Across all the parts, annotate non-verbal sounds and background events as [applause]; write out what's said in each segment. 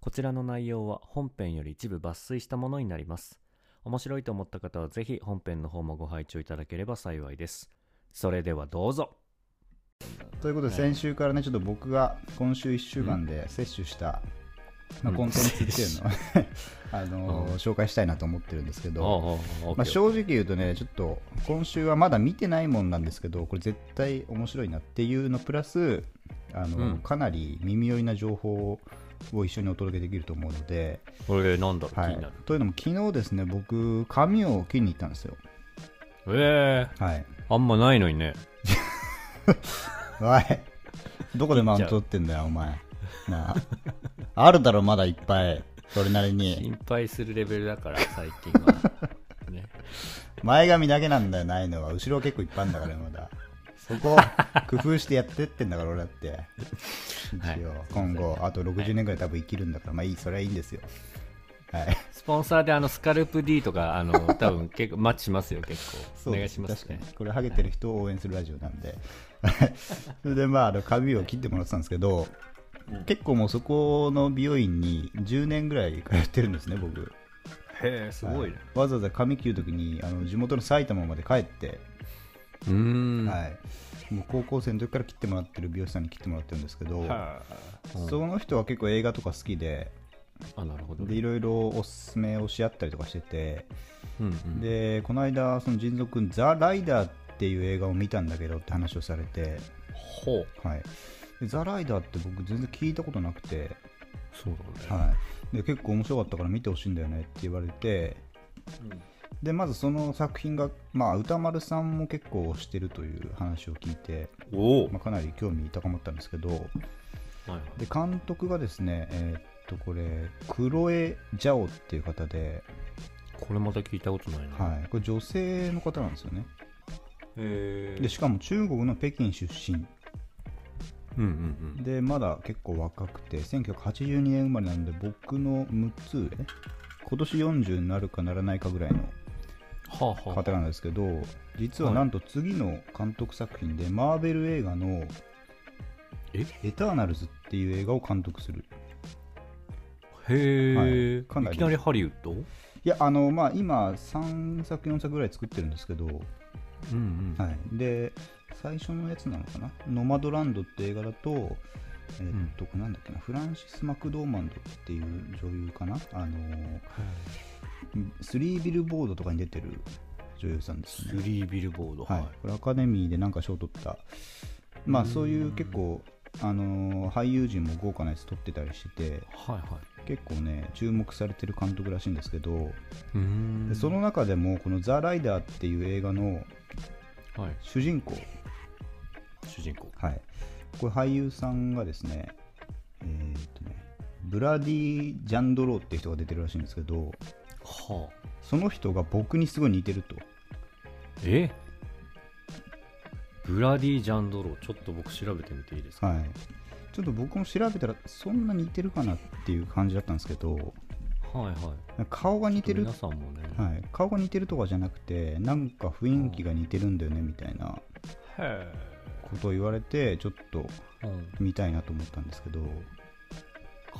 こちらの内容は本編より一部抜粋したものになります。面白いと思った方はぜひ本編の方もご拝聴いただければ幸いです。それではどうぞということで先週からねちょっと僕が今週1週間で摂取した、まあ、うんコンテン [laughs] ツっていうのを [laughs] あのうーん紹介したいなと思ってるんですけおど、うおうおうま OK あ、正直言うとねちょっと今週はまだ見てないもんなんですけどこれ絶対面白いなっていうのプラスあの、うんかなり耳寄りな情報を一緒にお届けできると思うので、これなんだろう、は気いになる、というのも昨日ですね僕髪を切りに行ったんですよえはいえあんまないのにねおいどこでマウント取ってんだよお前なああるだろまだいっぱいそれなりに心配するレベルだから最近 [laughs] はね前髪だけなんだよないのは後ろ結構いっぱいあんだからまだそこ工夫してやってってんだから俺だって一応今後あと60年ぐらい多分生きるんだからまあいいそれはいいんですよはいスポンサーであのスカルプ D とかあの多分結構マッチしますよ結構お願いします確ねかにこれハゲてる人を応援するラジオな [laughs] んでそれでまああの髪を切ってもらってたんですけど、結構もうそこの美容院に10年ぐらい通ってるんですね僕へえすごいね、はわざわざ髪切るときにあの地元の埼玉まで帰って、うーん、はい、もう高校生の時から切ってもらってる美容師さんに切ってもらってるんですけど、はあうんその人は結構映画とか好きであなるほどでいろいろおすすめをし合ったりとかしててうんうん、でこの間その仁蔵君「ザ・ライダー」っていう映画を見たんだけどって話をされて、ほうはい、でザ・ライダーって僕全然聞いたことなくて、そうだね、はい、で結構面白かったから見てほしいんだよねって言われてうんでまずその作品が、まあ、歌丸さんも結構してるという話を聞いて、おお、まあ、かなり興味高まったんですけどはいはいで監督がですね、えーっとこれクロエ・ジャオっていう方で、これまた聞いたことないな、はい、これ女性の方なんですよねへえでしかも中国の北京出身うんうんでまだ結構若くて1982年生まれなんで僕の6つ上今年40になるかならないかぐらいのうんはあは方なんですけど実はなんと次の監督作品でマーベル映画のえ「エターナルズ」っていう映画を監督するあへえ、はいいかなりきなりハリウッドうんいやあのまあ今3作4作ぐらい作ってるんですけど、うんはい、で最初のやつなのかな「ノマドランド」って映画だとえーっと、なんだっけなフランシス・マクドーマンドっていう女優かなあのースリービルボードとかに出てる女優さんですスね。リービルボードはい、これアカデミーでなんか賞を取った、まあ、そういう結構、あのー俳優陣も豪華なやつ取ってたりしててはいは結構ね注目されてる監督らしいんですけど、いうーんでその中でもこの「ザ・ライダー」っていう映画のはい主人公、主人公はい、これ俳優さんがですね,、えーっとねブラディ・ジャンドローっていう人が出てるらしいんですけどはあその人が僕にすごい似てると。えブラディ・ジャンドローちょっと僕調べてみていいですか、はい、ちょっと僕も調べたらそんな似てるかなっていう感じだったんですけどはい、はいは顔が似てる、皆はさんもね、い、顔が似てるとかじゃなくてなんか雰囲気が似てるんだよねみたいなへことを言われてちょっとえ、うん、見たいなと思ったんですけどい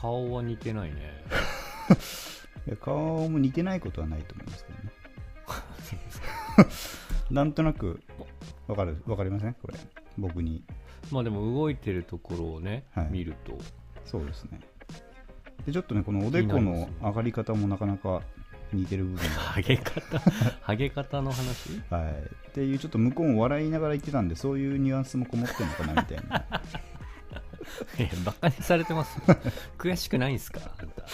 顔は似てないねや顔も似てないことはないと思いますけど [laughs] ねなんとなくわかるわかりませんこれ僕にまあでも動いてるところをね、はい見るとそうですねでちょっとねこのおで気にこなりまのすね上がり方もなかなか似てる部分がハゲ方ハゲ方の話 [laughs] はい、っていうちょっと向こうも笑いながら言ってたんでそういうニュアンスもこもってるのかなみたいないやバカにされて [laughs] ますよ悔しくないんすかあんた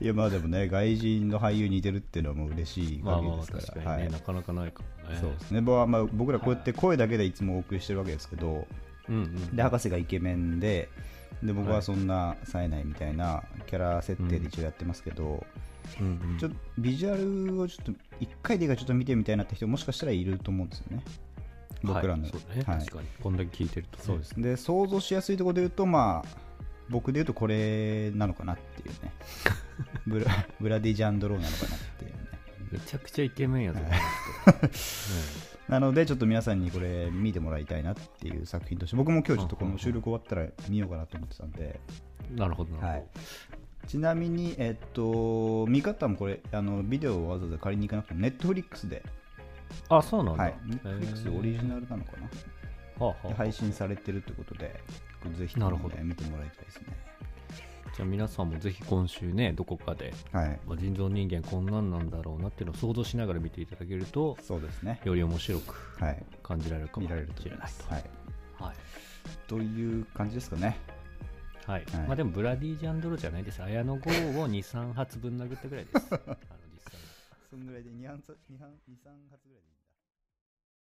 いやまあでもね外人の俳優に似てるっていうのはもう嬉しいまあ限まありですか、確からにね、はいなかなかないかもねそうですね、まあまあ、僕らこうやって声だけでいつもお送りしてるわけですけどうんうんで博士がイケメンでで僕ははいそんな冴えないみたいなキャラ設定で一応やってますけど、うんうんちょっとビジュアルをちょっと1回でいいからちょっと見てみたいなって人もしかしたらいると思うんですよね僕らの、はいそうね、はい確かにこんだけ聞いてるとね、そうですで想像しやすいところで言うとまあ僕で言うとこれなのかなっていう [laughs] ねブラブラディ・ジャンドローなのかなっていうねめちゃくちゃイケメンやぞ、この人なのでちょっと皆さんにこれ見てもらいたいなっていう作品として僕も今日ちょっとこの収録終わったら見ようかなと思ってたんで、うんなるほどなるほど、はい、ちなみに、えっと、見方もこれあのビデオをわざわざ借りに行かなくてもネットフリックスで、あそうなんだ、はい、ネットフリックスオリジナルなのかな、はあはあで配信されてるってことでこれぜひともなるほどね見てもらいたいですねじゃあ皆さんもぜひ今週ねどこかで、はいまあ、人造人間こんなんなんだろうなっていうのを想像しながら見ていただけるとそうですねより面白くはい感じられるかも見しられれるないと思います、とはい、はいという感じですかねはいはいまあ、でもブラディ・ジャンドロじゃないです綾野剛を23発ぶん殴ったぐらいですあの実際にそんぐらいで2、3発ぐらいでいい